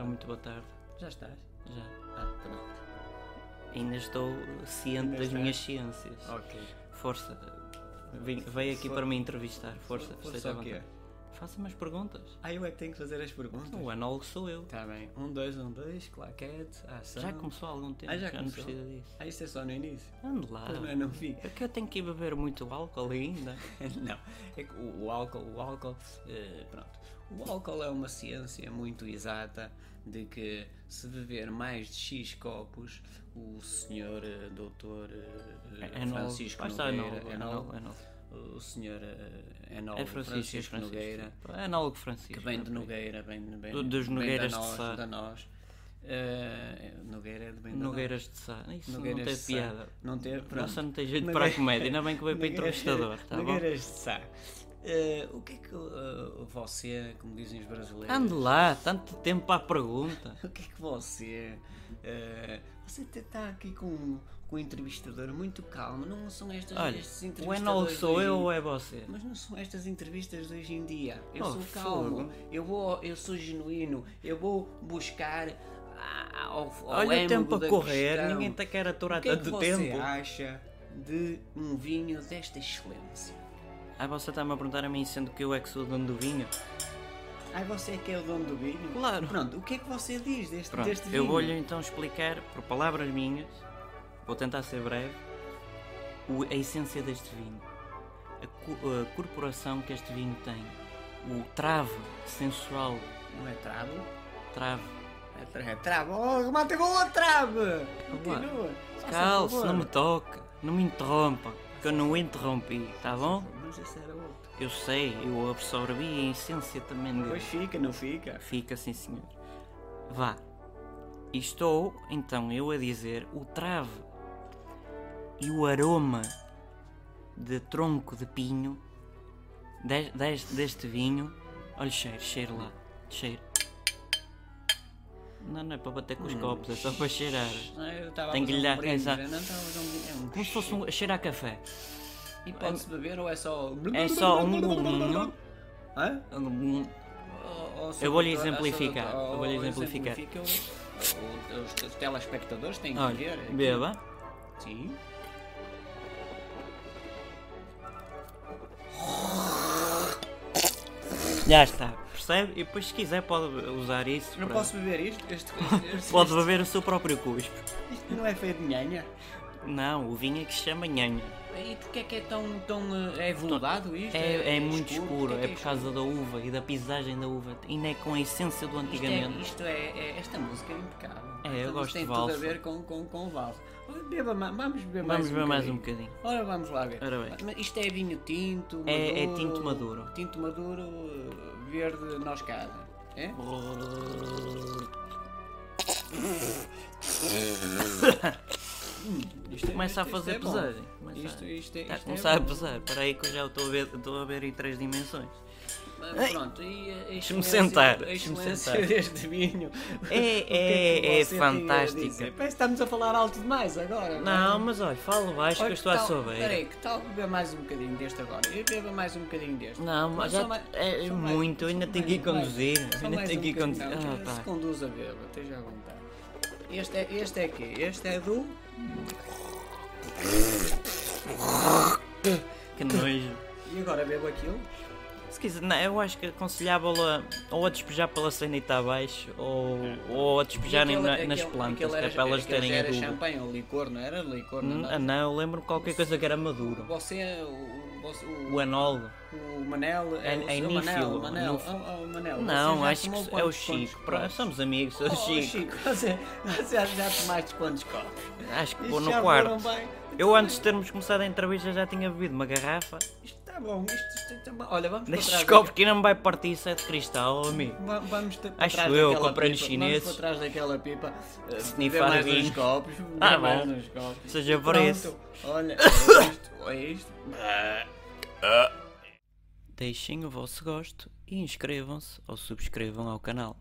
um muito boa tarde. Já estás? Já. Ah, tá bem. Ainda estou ciente Ainda das está. minhas ciências. Ok. Força. Vem, veio aqui For- para me entrevistar. Força, Força esteja à o quê? vontade. Faça-me as perguntas. Ah, eu é que tenho que fazer as perguntas? O anólogo sou eu. Tá bem. Um, dois, um, dois, claquete, ação. Já começou há algum tempo, Ah, já não começou? precisa disso. Ah, isto é só no início? Ande lá. Pois não é, não vi. É que eu tenho que ir beber muito álcool ainda. não, é que o, o álcool, o álcool, eh, pronto. O álcool é uma ciência muito exata de que se beber mais de X copos, o senhor eh, doutor eh, É novo. Francisco Ah, está, é Nogueira, novo, é anólogo, novo, é novo. o senhor eh, anólogo É Francisco, Francisco, é Francisco. Nogueira, É anólogo Francisco. que vem de é por aí. Nogueira, vem, vem, Do- dos vem Nogueiras de da nós, Sá. da nós. Eh, Nogueira é de bem da nós. Nogueiras de Sá. Isso Nogueiras não tem de Sá. piada. Não teve, pronto. Nossa, não tem jeito para Nogueira- a comédia. Ainda bem que veio para Nogueiras- entrevistador, tá bom? Nogueiras de Sá. Eh, o que é que eh, você, como dizem os brasileiros, Ande lá, tanto tempo para a pergunta. o que é que você. eh, você está aqui com, com um entrevistador muito calmo, não são estas Olha, estes o entrevistadores. enólogo sou de hoje eu em- ou é você? Mas não são estas entrevistas de hoje em dia. Eu Oh, sou fogo. calmo, eu, vou, eu sou genuíno, eu vou buscar a- ao, ao Olha o âmago tempo a da correr, questão. ninguém te quer aturar O que é que tanto você tempo. acha de um vinho desta excelência? Ah, você está-me a perguntar a mim, sendo que eu é que sou o dono do vinho? Ai, você é que é o dono do vinho? Claro. Pronto, o que é que você diz deste, Pronto, deste vinho? eu vou-lhe então explicar, por palavras minhas, vou tentar ser breve, o- a essência deste vinho. A, co- a corporação que este vinho tem. O travo sensual. Não é trabo? Travo. É, tra é trabo. Oh, mata com a trave! Continua. Faça Calce, favor. não me toque, não me interrompa, que eu não o interrompi, tá bom? Mas esse era outro. Eu sei, eu absorvi a essência também dele. Pois fica, não fica? Fica sim, senhor. Vá. E estou, então, eu a dizer o trave e o aroma de tronco de pinho de- deste, deste vinho. Olha o cheiro, cheiro lá. Cheiro. Não, não é para bater com Hum. os copos, é só para cheirar. Ah, eu estava Tem a que fazer lhe dar- um brinde, exato. Não estava a fazer um brinde, é um- Como se fosse um cheiro a café. E pode-se beber ou é só... É só um- Hã? Hum, Ó, ó, Sr. Eu vou-lhe Doutor, ó, Sr. exemplificar, Doutor, eu vou-lhe ó, exemplificar. exemplifica o- o- Os os telespectadores têm é que Olha, ver. aqui. beba. Sim. Já está, percebe? E depois, se quiser, pode usar isso. Não para- posso beber isto? Este, este, este- Pode beber o seu próprio cuspo. Isto não é feio de nhanha? Não, o vinho é que se chama nhanha. E porquê é que é tão, tão eh, é veludado isto? É, é muito escuro, Porquê é que por causa da uva e da pisagem da uva. Ainda é com a essência do Isto, é, antigamente. isto é, é- esta música é impecável. Esta É, eu música gosto tem de tudo a valsa. ver com, com, com o valsa. Ora, Beba, ma- vamos beber Vamos mais ver um mais um bocadinho. bocadinho. Ora, vamos lá ver. Ora bem. Mas Isto é vinho tinto, maduro... É- é tinto maduro. Tinto maduro, eh, verde, nós casa. É? Isto é- Começa a isto- isto fazer é bom. pesagem. Começa a- Isto, isto, é- Está a isto é começar a bom. pesar. Espera aí que eu já estou a ver, estou a ver em três dimensões. Mas Pronto, e a Deixa-me excelência- sentar, a deixa-me excelência sentar. deste vinho. o que É- que é- é você tem a fantástica. dizer? Parece que estamos a falar alto demais agora. é? Não, mas olha, falo baixo Olha, então, que eu que estou à tal- sua Peraí, beira. que tal beber mais um bocadinho deste agora? Eu beba mais um bocadinho deste. Não, mas já Só mais- é só mais- muito, eu só ainda tenho que mais- ir conduzir. mais- só Ainda mais tenho um que ir conduzir. bocadinho. Não, Ah, Se pá. conduz a beba, esteja à vontade. Este é, este é quê? Este é do... Que nojo. E agora bebo aquilo? Se quiser, não, eu acho que aconselhava-la ou a despejar pela sanita abaixo ou, ou a despejarem Aquele- na- aquele- nas plantas, aquele que é era- para aquele elas já terem Hum? era adubo. champanhe ou licor, não era? Licor, não, N- ah, Não, eu lembro qualquer coisa que era maduro. Você, é o, você, o, O anolo. o Manel, é, É- o é seu nífilo, Manel, Manel, nífilo. oh, oh, Manel, Não, você já acho tomou que é o quantos- Chico. quantos Pro- copos? Somos amigos, sou o Oh, Chico. Chico, você, você já tomaste quantos copos? Acho que Isto vou já um no quarto. foram bem? Eu antes de termos começado a entrevista já tinha bebido uma garrafa. Então, Isto está bom, isto isto está bom. Olha, vamos para Destes trás. copos que ainda me vai partir isso é de cristal, oh, amigo. daquela- Va- Vamos ter- para Acho trás eu, daquela comprei nos pipa, chineses. Vamos para trás daquela pipa. eh, Snifar beber mais vinho. uns copos. Ah, beber mais bom. uns copos. Seja por Pronto, isso. Olha, é isto, é isto. Deixem o vosso gosto e inscrevam-se ou subscrevam ao canal.